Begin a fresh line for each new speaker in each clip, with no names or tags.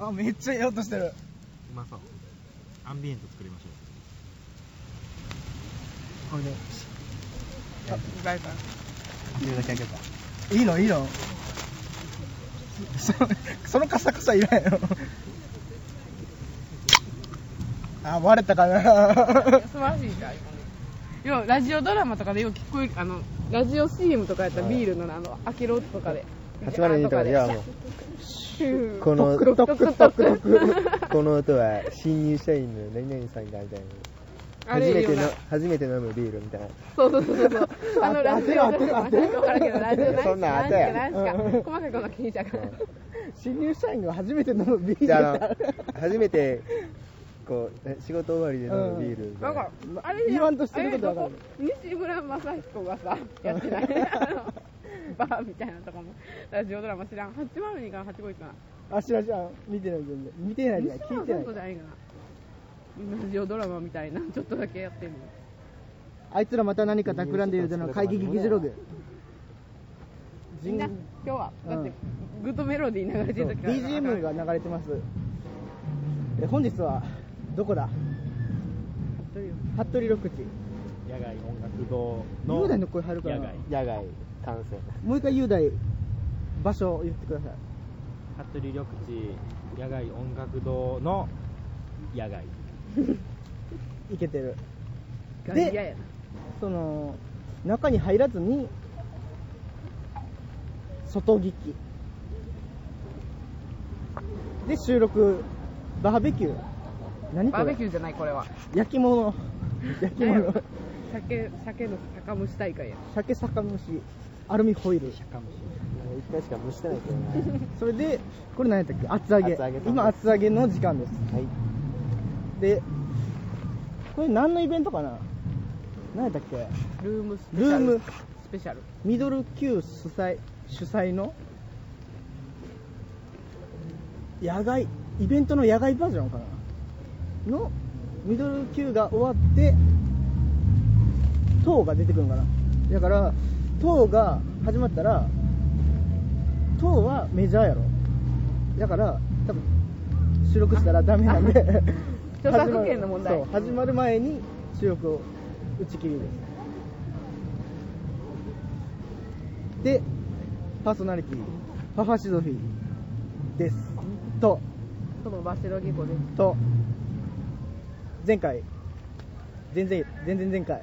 あめっちゃいい音してる
うまそうアンビエント作りましょ
これであ意外か
う入れだけあげた
いいのいいのそ そのカサカサいらんやろあ割れたかな
素晴らしいじゃんようラジオドラマとかでよう聞こえるあのラジオ CM とかやったらビールのなあの開ける音とかで
802とかで、いやも
シュー
う、この、
トクトクトクトクトク
この音は、新入社員の何々さんがみたいな。
あ
初
れい
め
い
て
よな
の、初めて飲むビールみたいな。
そうそうそうそうあのラジオドラマ
当て
なんか
ろ当てろ当てろ
わからんけどラジオ
そんなん当てや
何すか何すか細かいこと気にしちゃうから
新入社員が初めて飲むビール
じゃあ、あの、 初めて、こう、え仕事終わりで飲むビールみた
ないん
な。
かあれじゃん
言わんとしてることわかる
あれどこ西村正彦がさやってないあのバーみたいなとかもラジオドラマ知らん802かな851かな
あしらじゃん見てない全然見てないじゃない聞いてない
そうじゃないかなラジオドラマみたいなちょっとだけやってるの
あいつらまた何か企んでいるとの会議議事録
みんな今日はだってグッドメロディー流れてる時から
BGM が流れてますえ本日はどこだ
という
服部緑地
野外音楽堂の
雄大の声入るか
野
な
外
野外、観戦。
もう一回雄大場所を言ってください
服部緑地野外音楽堂の野外
いけてる
ガ
で
リアやな
その中に入らずに外聞きで収録バーベキュー何こ
バー
れ
ベキューじゃないこれは
焼き 物焼き
何や
物
ろ酒酒の酒蒸し大会や
鮭酒蒸しアルミホイル
一回しか蒸してないけどね。
それでこれ何やったっけ厚揚げ
厚揚げ
今厚揚げの時間です
はい。
でこれ何のイベントかな何やったっけ
ルームスペシ
ル
ャ
ー
ル
ム
スペシャル
ミドル級主催主催の野外イベントの野外バージョンかなのミドル級が終わって塔が出てくるのかなだから塔が始まったら塔はメジャーやろだから多分収録したらダメなんで
著作権の問題
そう始まる前に収録を打ち切りですでパーソナリティパファシドフィーですと
そのバシロギコで
と前回前々前々前回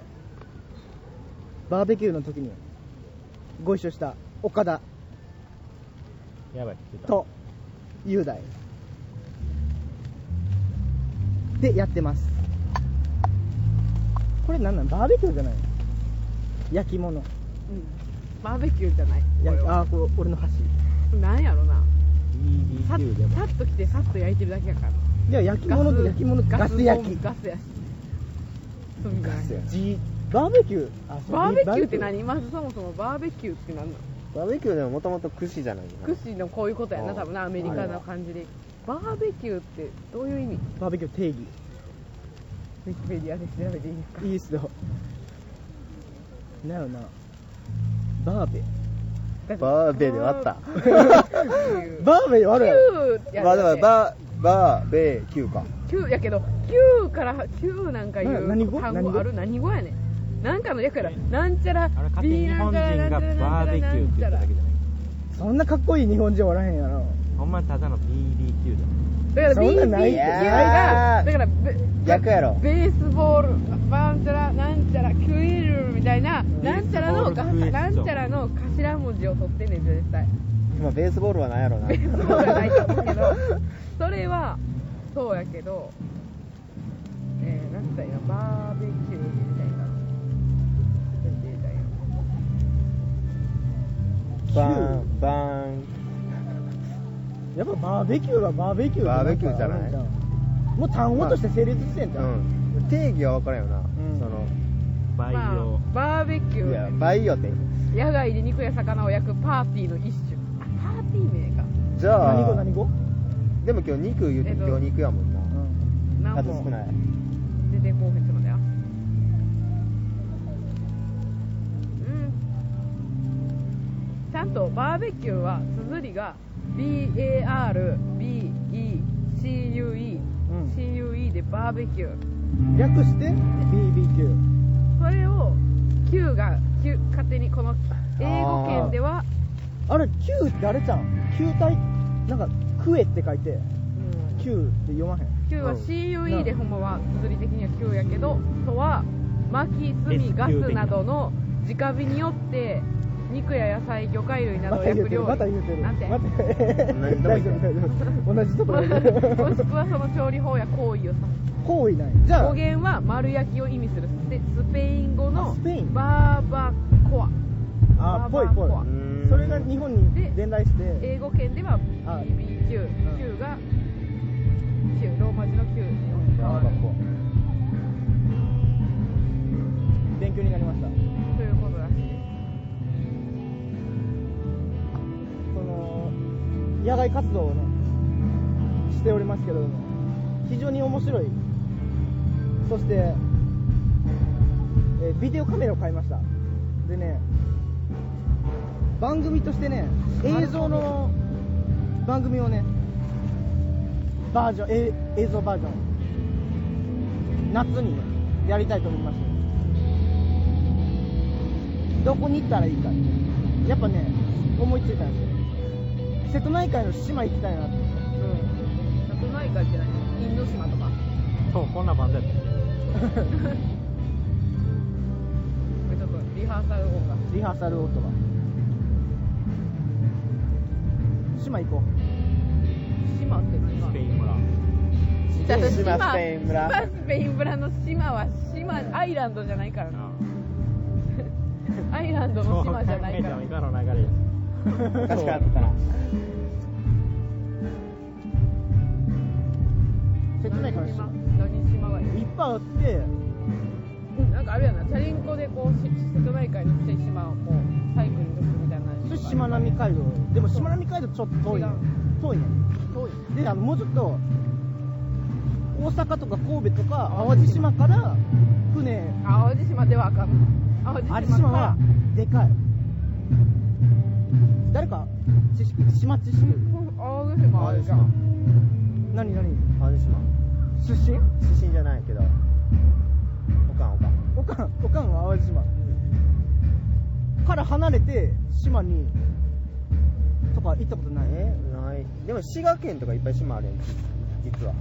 バーベキューの時にご一緒した岡田
やばい出た
と雄大でやってますこれなんなんバーベキューじゃないの焼き物
うんバーベキューじゃない
や
これは
ああこれ俺の箸
なんやろなさ
DDQ でも
さっと来てさっと焼いてるだけやから
じゃあ焼き物と焼き物とガス焼
ボン
き
ガスやしそうみたいな
じバーベキューあそう
バーベキューって何まずそもそもバーベキューって何なの
バーベキューでももともと串じゃないの
串のこういうことや
あ
な
ー
多分なアメリカの感じでバーベキューってどういう意味
バーベキュー定義
ウィキペディアで調べていいですか
いいっすよなよなバー ベ
バーベで割った。
バーベで割るやろ
9や
まあだから
だっ
バー、バーベキューか。
て9やけど9から9なんかい
な何語
う単
何語
語ある何語やねんなんかのやからなんちゃら
あれ勝手に日
ビーラ
本
ンからな
人
んちゃ
が
ら
バーベキューって言っただけじゃない
そんなかっこいい日本人おらへんやろ
ほんまただの BBQ だ
だ
そ
から
んなんない
BBQ が
いやー
だからベ
逆やろ。
ベースボールなんちゃらなんちゃらキュイルみたいななんちゃらの
ベースボ
が
ールクエスチョン
なんちゃらの頭文字を取ってんねん絶対
今、ベースボールは何やろな。
ベースボールはないと思うけどそれはそうやけどえー、なんていうのバーベキューみたいななんて言うたらいいの
バーン、バーン。
やっぱバーベキューはバーベキュー
バーベキューじゃない
もう単語として成立してんじゃん、
うん、定義は分からんよな、
ん
その
培養
まあ、バーベキュ
いや
ー
バイオって
野外で肉や魚を焼くパーティーの一種あパーティー名か
じゃあ
何語何語、
でも今日肉言うて
えっと
魚肉やもんな、
うん、
何
あと少
も
ない
出てこうへんちょっと待ってようんちゃんとバーベキューは綴りが
ん
BARBECUE、CUE でバーベキュー
略して BBQ
それを Q が Q 勝手にこの英語圏では、
あれ Q ってあれじゃん球体なんかクエって書いて
うん、
Q って読まへん
Q は
うん
CUE でほんまは物理的には Q やけどとは薪炭ガスなどの直火によって肉や野菜魚介類な
ま
ど
た言
薬
うて
料
る
理
また言うてる
なんて
また
何度も
大丈
言
夫
って
大丈夫 同じところだ
もしくはその調理法や行為を指す
行為ないじゃ
語
あ
源は丸焼きを意味するスペスペイン語
あ
の
スペイン
バーバコア
あぽいぽい
バーバーコア
うん
それが日本に伝来して
英語圏では
あ
BBQ
ん
Q が Q ローマ字の Q
バーバコア勉強になりました
ということらしいです
その野外活動をねしておりますけれども非常に面白いそして、えービデオカメラを買いましたでね番組としてね映像の番組をねバージョン、えー映像バージョン夏にねやりたいと思いますどこに行ったらいいかってやっぱね思いついたんですよ瀬戸内海の島行きたいなって
うん瀬戸内海って何インド島とか
そうこんなバンドやったよね
これちょっとリハーサル音が
リハーサル音は島行こ
島って何が
スペイン村
ちょっと島スペイ ン村
島スペイン村の島は島アイランドじゃないからなアイランドの島じゃないか
そ
ら
う考えても今の流れ
確かったな
う瀬戸内海の島
何島がいい
いっぱいあって
うんなんかあるやなチャリンコでこうし瀬戸内海のちっちゃい島をこうサイクリングするみたいな
それしまなみ海道でもしまなみ海道ちょっと遠いね遠いね
遠い
であのもうちょっと大阪とか神戸とか淡路島から船
淡路島ではあかん淡路島
淡
から
路島はでかい誰か知識島知識
淡路島あるじゃん
何何
淡路島
出身
出身じゃないけどおかんおかん
おかんおかんは淡路島から離れて島にとか行ったことない
えないでも滋賀県とかいっぱい島あるやん実は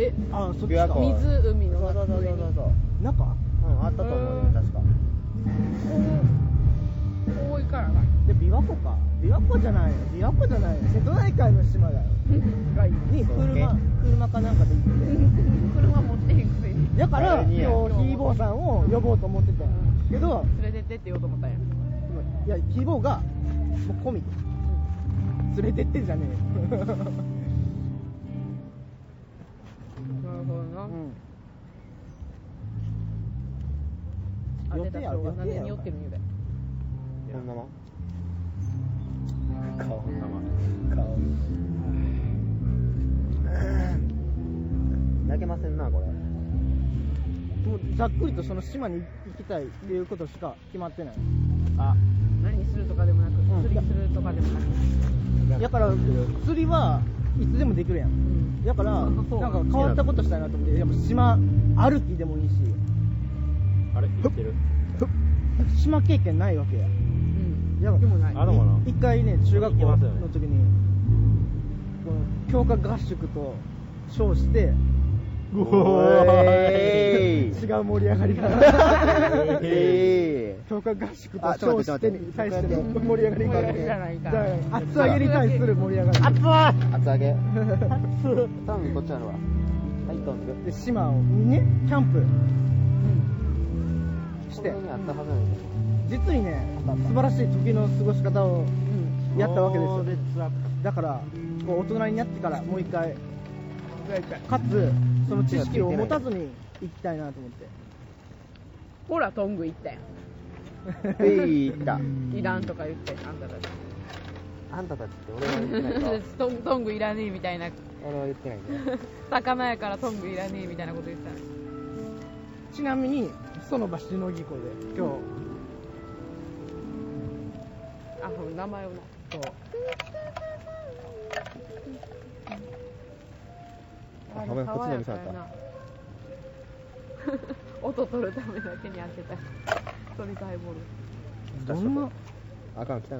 え
あそっち
琵琶
か
湖
湖の
そうそうそうそうそう
中
うんあったと思う
う
よ
ん
確か
こう多いからな
で琵琶湖か琵琶湖じゃないよ琵琶湖じゃないよ瀬戸内海の島だよ
がいい
に
そう
車
ね
車かなんかで行って
車持っていくせに
だから
あれ
今日
に
ひ
や
ーぼーさんを呼ぼうと思っててけど
連れてってって言おうと思ったんや
いやひーぼーがもうコミ連れてってんじゃねえよ
なるほどな、あ
予
出た
定や
今日は
予定や
何に酔ってるんだ
こんなもん顔
こんなもん
顔泣けませんなこれ
もうざっくりとその島に行きたいっていうことしか決まってない
あ
何するとかでもなく、
うん
釣りするとかでもなく、
だから釣りはいつでもできるやん
うん
だからなん
そう
か変わったことしたいなと思ってやっぱ島歩きでもいいし
あれ言ってる
島経験ないわけや
うん、
やば
でもない
あるもな
一回ね中学校
行きますよね
の時にこの強化合宿と称して
う
お
ーい
ー
違う盛り上がり が
えー
強化合宿
あ
と
ちょっと
称
待
して
っ
てに
ちょっと待って
対しての盛り上がりがある
盛り上がりが
じ
あ
ゃ
る
あ厚揚げに対する盛り上がり
厚揚げ多分こっちあるわはいどうぞ
で島をねキャンプし
こ
て
こにあったはずなんですよ
実にね素晴らしい時の過ごし方をやったわけですよ
すよ
だからこう大人になってからもう一回
やりたい
かつその知識を持たずに行きたいなと思って
ほらトング行ったや
えい行 った
んいらんとか言ってあんたたち
あんたたちって俺は言ってないから
トントングいらねえみたいな
俺は言ってないけど
魚やからトングいらねえみたいなこと言ってた
ちなみにその場しのぎ湖で今
あその名前をな
日そう
ごめんこっち
爽
の
や
ミス
か
だった
やな 音取るためだけに開けた鳥とハイボー
ど
ル
んな
あかん汚いわ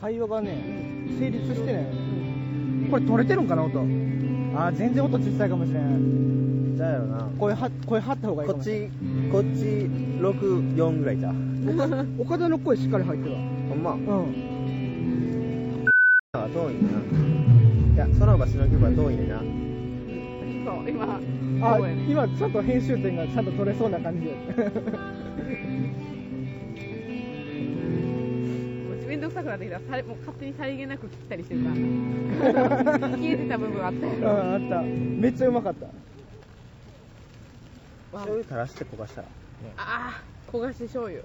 会話がね成立してないよねこれ取れてるんかな音あー全然音小さいかもしれない
じゃあやろな
声は声張った方がいいか
こっ
もしれ
ちこっち64ぐらいじゃう
ない岡田の声しっかり入ってる
ほんま
わうん
あ遠いねんないやその場しのぎば遠いねんな
そう今
あ
そうやね
今ちょっと編集点がちゃんと取れそうな感 じで
もうめんどくさくなってきたされもう勝手にさりげなく聞いたりしてる から消えてた部分あった
う
や
ん
ろ
あっためっちゃうまかった
醤油垂らして焦がしたら
ああ焦がし醤油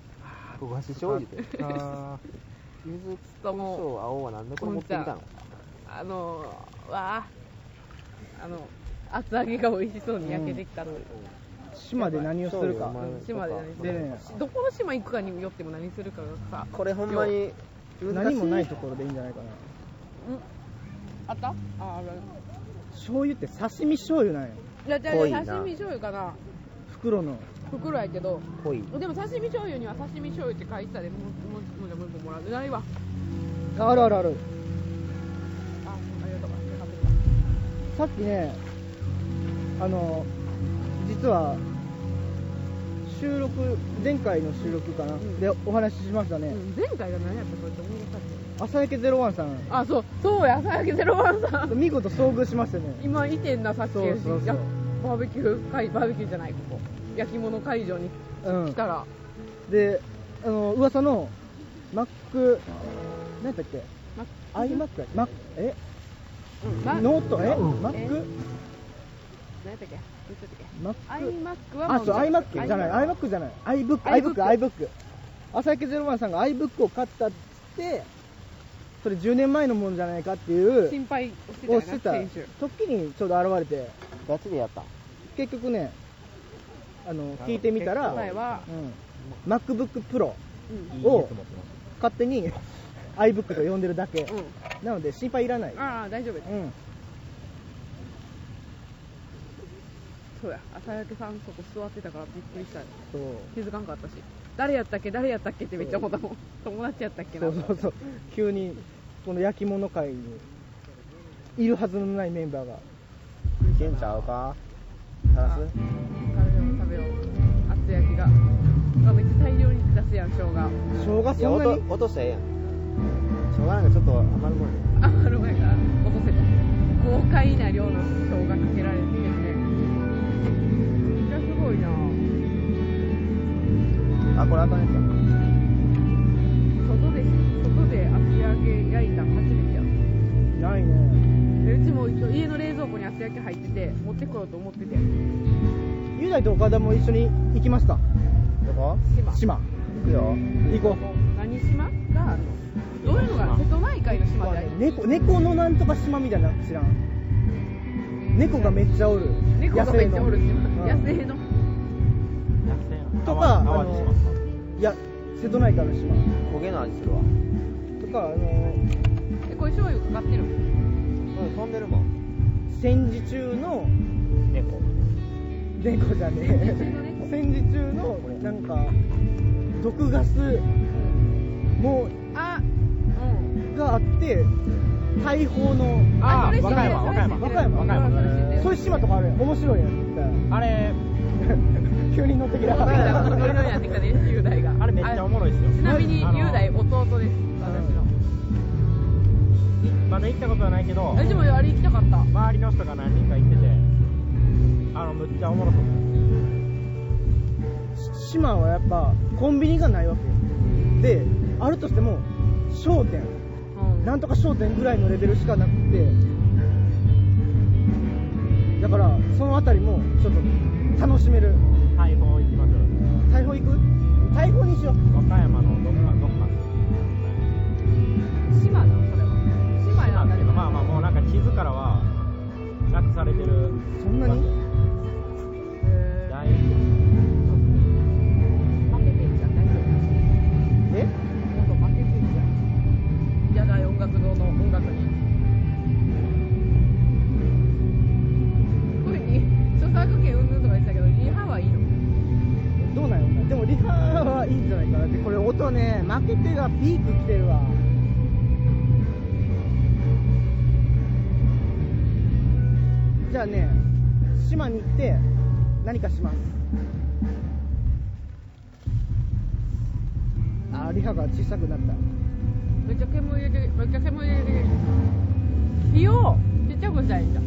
焦がし醤油であ
ゆず
とも
胡椒青はなんでこれ持ってきたの
あのわああの厚揚げが美味しそうに焼けてきたという、
島で何をするか
醤油お前
島で何す
ね
るどこの島行くかによっても何するかがさ
これほんまに難し
何
い
もないところでいいんじゃないかな
あったあある
醤油って刺身醤油なんよ
じゃじゃ
濃い
刺
な
身醤油かな
袋の
袋やけど
濃い
でも刺身醤油には刺身醤油って書いてたでもうもうもうじゃもう一本もらうないわ
あるあるある
あありがと
さっ
う買って
きねあの実は収録前回の収録かな、
ん
でお話ししましたね、
きた、うん、前回が何やったこれと思い出
朝焼けゼロワンさん
したあそうそうや朝焼けゼロワンさん
見事遭遇しましたね
今いてんなさっき
そうそうそう
やバーベキュー会バーベキューじゃないここ焼き物会場に
うん
来たら、
であの噂のマック何やったっけ
ま
アイマックマックえ
うんま
ノートえマッ
え
ク
何やったっけ言っとったっけ
マッ
アイ
ク
マックは
あそうアイマックじゃないアイマッ
ク
クじゃないアイブックアイブックアイブック朝焼けゼロワンさんがアイブックを買ったっつってそれ10年前のもんじゃないかっていう
心配を
を
し
してて
た
た
よな選手
時にちょうど現れて
ガチでやったん
結局ねあの聞いてみたら、
答えは
うん、MacBookPro
うん
いいやつ持ってます
勝手に iBook と呼んでるだけ、
う
なので心配いらない
んああ大丈夫です
うん
そうや朝焼けさんそこ座ってたからびっくりした
そう
気づかんかったし誰やったっけ誰やったっけってめっちゃ思ったもん友達やったっけ
そ
な
うそうそう急にこの焼き物会にいるはずのないメンバーが
いけんちゃうか垂らす
彼女も食べよう厚焼きがあめっちゃ大量に出すやん生姜
生姜
いや
そんな
落と
に
落としたらええやんしょうがないからちょっと余るもんや
ある前から落とせた豪快な量の生姜かけられてるねめっちゃすごいな
あこれあかんやつや
外で外で厚焼き焼いたん初めてやった
ないね
でうちも家の冷蔵庫に厚焼き入ってて持ってこようと思ってて
雄大と岡田も一緒に行きました
どこ
島
島
行くよ
行こう
何島があるのどういうのが瀬戸内海の島である
猫猫のなんとか島みたいなの知らん猫がめっちゃおる
猫がめっちゃおる島
野
野
生の
生の
うんとかあ
淡路島
のいや瀬戸内海の島
焦げの味するわ
とかあの
えこれ醤油かかってる
うん飛んでるもん
戦時中の
猫
猫じゃねえ戦時中のなんか毒ガスも
あうん
があって大砲の
あ
それ知っ
和
てる
歌山和歌山
それ知ってる
和
歌山
それ知ってる
そういう島とかあるやん面白いやん絶対
あれ
急に乗ってきた
乗ってきた乗り乗りやってきたね雄大が
あれめっちゃおもろいですよ
あちなみに
あの
雄大弟です私の
まだ行ったことはないけど
えでもあれ行きたかった
周りの人が何人か行っててあのむっちゃおもろそう
島はやっぱコンビニがないわけよであるとしても商店
うん
なんとか商店ぐらいのレベルしかなくてだからその辺りもちょっと楽しめる
大砲行きましょう
大砲行く大砲にしよう
和歌山のどっかどっか
島なのそれは島
島
なん
だけ
だけ
ど
ど
まあまあもうなんか地図からはなくされてる
そんなに
へー
だいぶ
負けてんじゃん大丈夫
え
なんか負けてんじゃん。野外音楽堂の音楽に。
けてがピーク来てるわじゃあね島に行って何かしますあリハが小さくなった
めっちゃ煙入れてるめっちゃ煙入れてる火をちっちゃくしたらいいんだ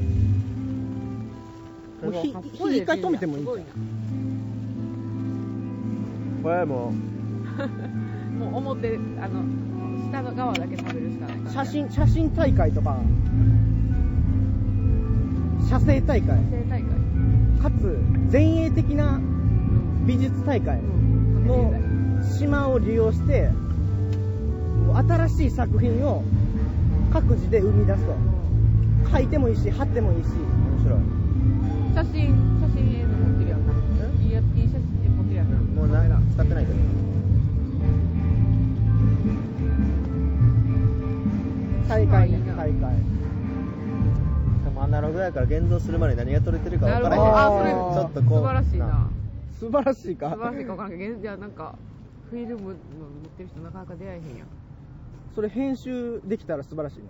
もう火火一回止めてもいいんじゃん
これはも
もう表あの下の側だけ食べるしかないから
写真写真大会とか写生大会
撮影大会
かつ前衛的な美術大会
うん
の
撮影大会
島を利用して新しい作品を各自で生み出すと書いてもいいし貼ってもいいし
う面白い
写真写真いいの持ってるやんないいやいい写真持ってるやんな
もうないな使ってないけど
大会ね
島いいな
大会
でもアナログやから現像するまで何が撮れてるか分からへん
なる
ほ
あそ
ど
ち
れ
ょっとこう
素晴らしいな
素晴らしい
素
か
晴らしいか分からんけど現いやなんかフィルムの持ってる人なかなか出会えへんやん
それ編集できたら素晴らしいね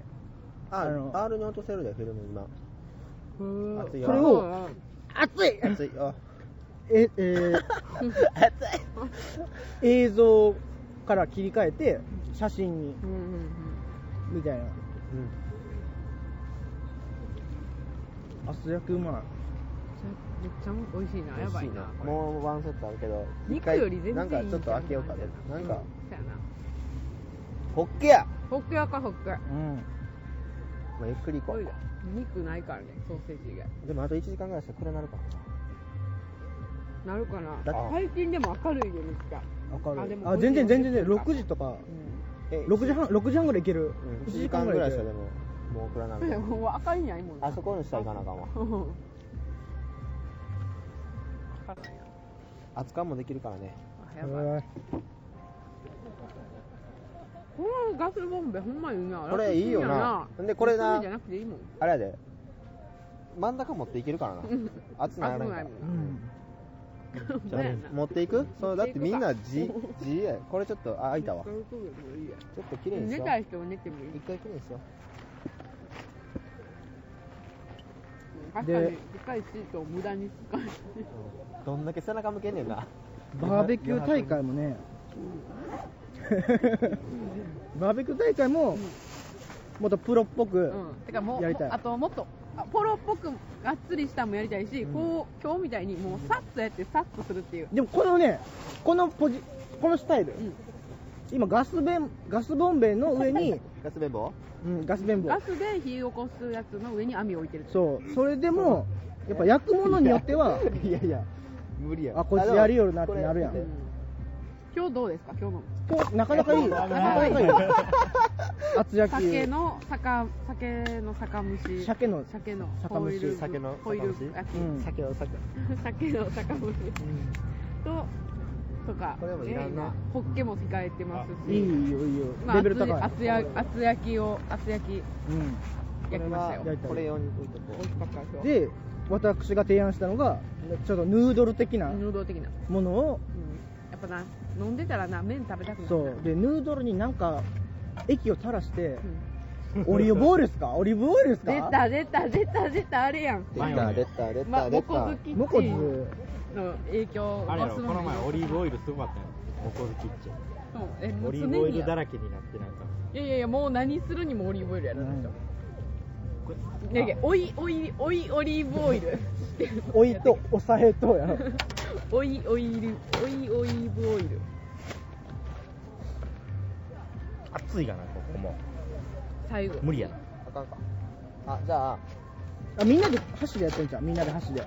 あ
あの
R に落とせるでフィルム今熱いよ
それを熱い
熱いあ
え、え ー映像から切り替えて写真に
うんうんうん
みたいな
うん
あすやくうま
めっちゃ美味しいなやばいなこれ
もうワンセットあるけど
肉より全然いい
なんかちょっと開けようかねなんか、
そうやな
ホッケや、
ホッケやかホッケ
いうん
まあ、ゆっくり行こ
おいうら肉ないからねソーセージ以外
でもあと1時間ぐらいしたらこれなるか
なるかな
だって
最近でも明るいでめっちゃ
明
あ
る
で
い
も
あ全然全然
50
6時とか
え
6時半6時半ぐらい行ける
うん
1
1
時
時
間
間
ぐ
ぐ
ら
ら
い
い
行
し
け
たらで
る
ももうこれな
うん
るか
もう明かりないもんな
あそこの下行かなあかんわ
うん
熱燗もできるからね
あやばいこのガスボンベほんまいいな
これいいよな
楽ちんや
でこれな
楽ちんじゃなくていいもん
あれやで真ん中持っていけるからな
うん
熱ならないから
熱
う
く
ん
じゃあ
ないもんな
持っていくそうだってみんな
持っ
じ
ていくか
じやこれちょっとあ開いたわち
そういうことでもいいや
ょっと綺麗にし
寝
よう
たい人は寝てもいい
一回綺麗にしよ
確かに深いシートを無駄に使う
う、うんどんだけ背中向けんねんな
バーベキュー大会もねバーベキュー大会ももっとプロっぽく
うん、てかもう
やりたい
もうあともっとあポロっぽくがっつりしたんもやりたいし、こう今日みたいにもうさっとやってさっとするっていう、
でもこのねこのポジこのスタイル
うん、
今ガス弁ガスボンベの上に
ガス弁棒
うんガス弁棒
ガスで火を起こすやつの上に網を置いてる
そうそれでもやっぱ焼くものによって は
いやいや無理や
あこいつやりよるなってなるやん
これ
うん今日どうですか今日の
今日なかな かいいなかなかいい厚焼
酒
き
の酒酒の酒蒸し
鮭の
酒の
酒蒸し
ホイル
酒の
ホイル
酒蒸し
焼き
うん
酒を酒
酒の酒蒸しととか
これもいらんな
ね今ホッケも控えてますし
いいよいいよ
まあ、
レベル高い
厚厚や厚焼きを厚焼き
うん
焼きましたよ
これは
これ用に置いとこ
美味しかったですよ
で私が提案したのがちょっとヌードル的な
能動的な、
ものを
うん、やっぱな飲んでたらな麺食べたくなるな
そうでヌードルになんか液を垂らして
うん
オリーブオイルです かオリーブオイルです
出
か
た出た出た出たあれやん
う出た出た出
ま
た
モ
出
コ
た
ズキ
モ
ッ
コ
チ
ズ
ンの影響
あれやろ
バス
こ
の
の前オリーブオイルすごかったやんおこずキッチン
そうえも
オ
う
リ
常
ーブオイ
に
ルだ
や
らけになってなんか
いやいやいやもう何するにもオリーブオイルやるでしょ、
これ
いやいやおいおいおいオリーブオイ ルしてる
おいとおさえとやろ
おいオイルおいオリーブオイル
熱いがなここも
最後
無理やな
あかんかあじゃあ
あみんなで箸でやってんじゃんみんなで箸で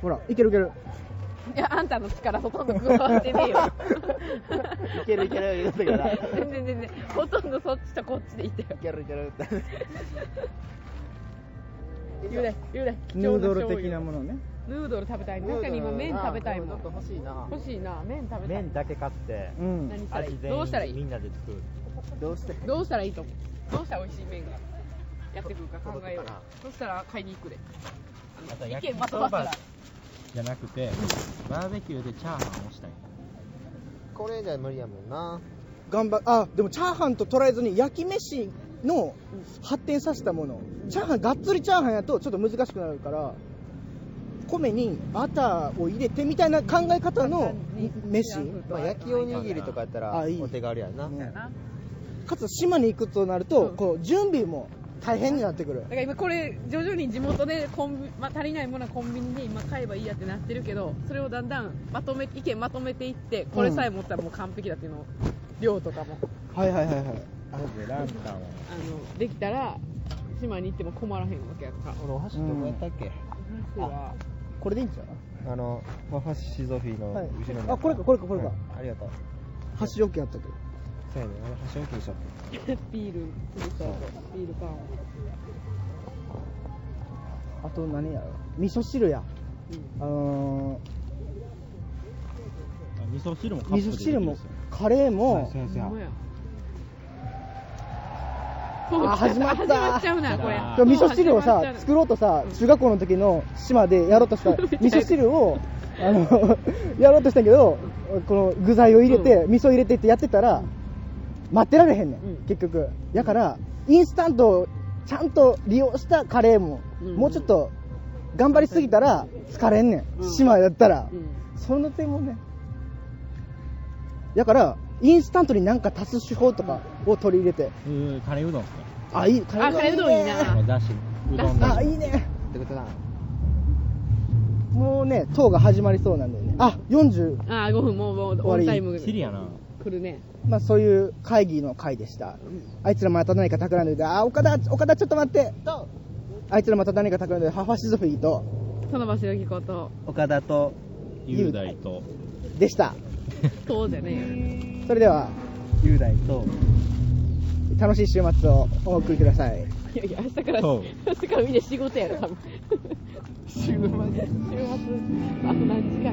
ほらいけるいける
いやあんたの力ほとんど加わってねえよ
いけるいける言うてたからい
全然全然ほとんどそっちとこっちでいたよ
けるいける って
言うね言うね
ヌードル的なものね
ヌードル食べたい中に今麺食べたいも
ちょっと
ん
欲しいな
欲しいな麺食べたい
麺だけ買って
うん
何したらい
味
い
全
どうしたらい
員み
い
んなで作る
どうして
どうしたらいいと思うどうしたら美味しい麺がやってくるか考えよう
届くかな
そしたら買いに行くで
あと
意
焼
見
き
まと
そ
まった
ば
ら
じゃなくてバーベキューでチャーハンをしたい
これじゃ無理やもんな
頑張あでもチャーハンと捉えずに焼き飯の発展させたものチャーハンがっつりチャーハンやとちょっと難しくなるから米にバターを入れてみたいな考え方の飯
まあ、焼きおにぎりとかやったら
あいい
お手軽やんな
うん
だな
かつ島に行くとなると
うん
こう準備も大変になってくる
だから今これ徐々に地元でコンビ、まあ、足りないものはコンビニで今買えばいいやってなってるけどそれをだんだんまとめ意見まとめていってこれさえ持ったらもう完璧だっていうのを量とかも
はいはいはいはいあ
でランタンを
あのできたら島に行っても困らへんわけやから
俺お箸どこやったっけ、
話は
これでいいんちゃう
あのお箸シゾフィーの後
はい
ろに
あこれかこれかこれか
うんありがとう
箸置きあったけど
そうやね俺箸置きにしよう
ビールするとビールパンを、
あと何や味噌汁や
うん
あの
あ味噌汁もカ
ー
ップで
味
で
噌
きる
汁
んで
も
すよ
カレー
はい
も
そうやそうや
ほんまや
あ始まった
始まっちゃうなこれ
あ
でも味噌汁を
もう
さ
始まっちゃう
作ろうとさ中学校の時の島でやろう とした味噌汁をあの やろうとしたけどこの具材を入れて
う
味噌入れてってやってたら待ってられへんねん
うん
結局だからインスタントをちゃんと利用したカレーも
うん
もうちょっと頑張りすぎたら疲れんねん
うん
島だったら
うん
その点もねだからインスタントになんか足す手法とかを取り入れて
うーカレーうどんですね
あいい
あカレーうどんいいな
あのだしうどん
あ
だ
い
し
いね
ってことだ
もうね塔が始まりそうなんだよねあ40
ああ5分もうもう
終
オ
わり
ンタイム
きっちりやな
来るね
まあそういう会議の会でしたあいつらまた何か企んでるであ岡田岡田ちょっと待ってとあいつらまた何か企んでるハファシゾフィーと
その場所よきこと
岡田と
雄大と
でした
そうじゃね
それでは
雄大と
楽しい週末をお送りください
えよいやいや明日から
そう
明日からみん な仕事やろ多分週末週末あと何時間や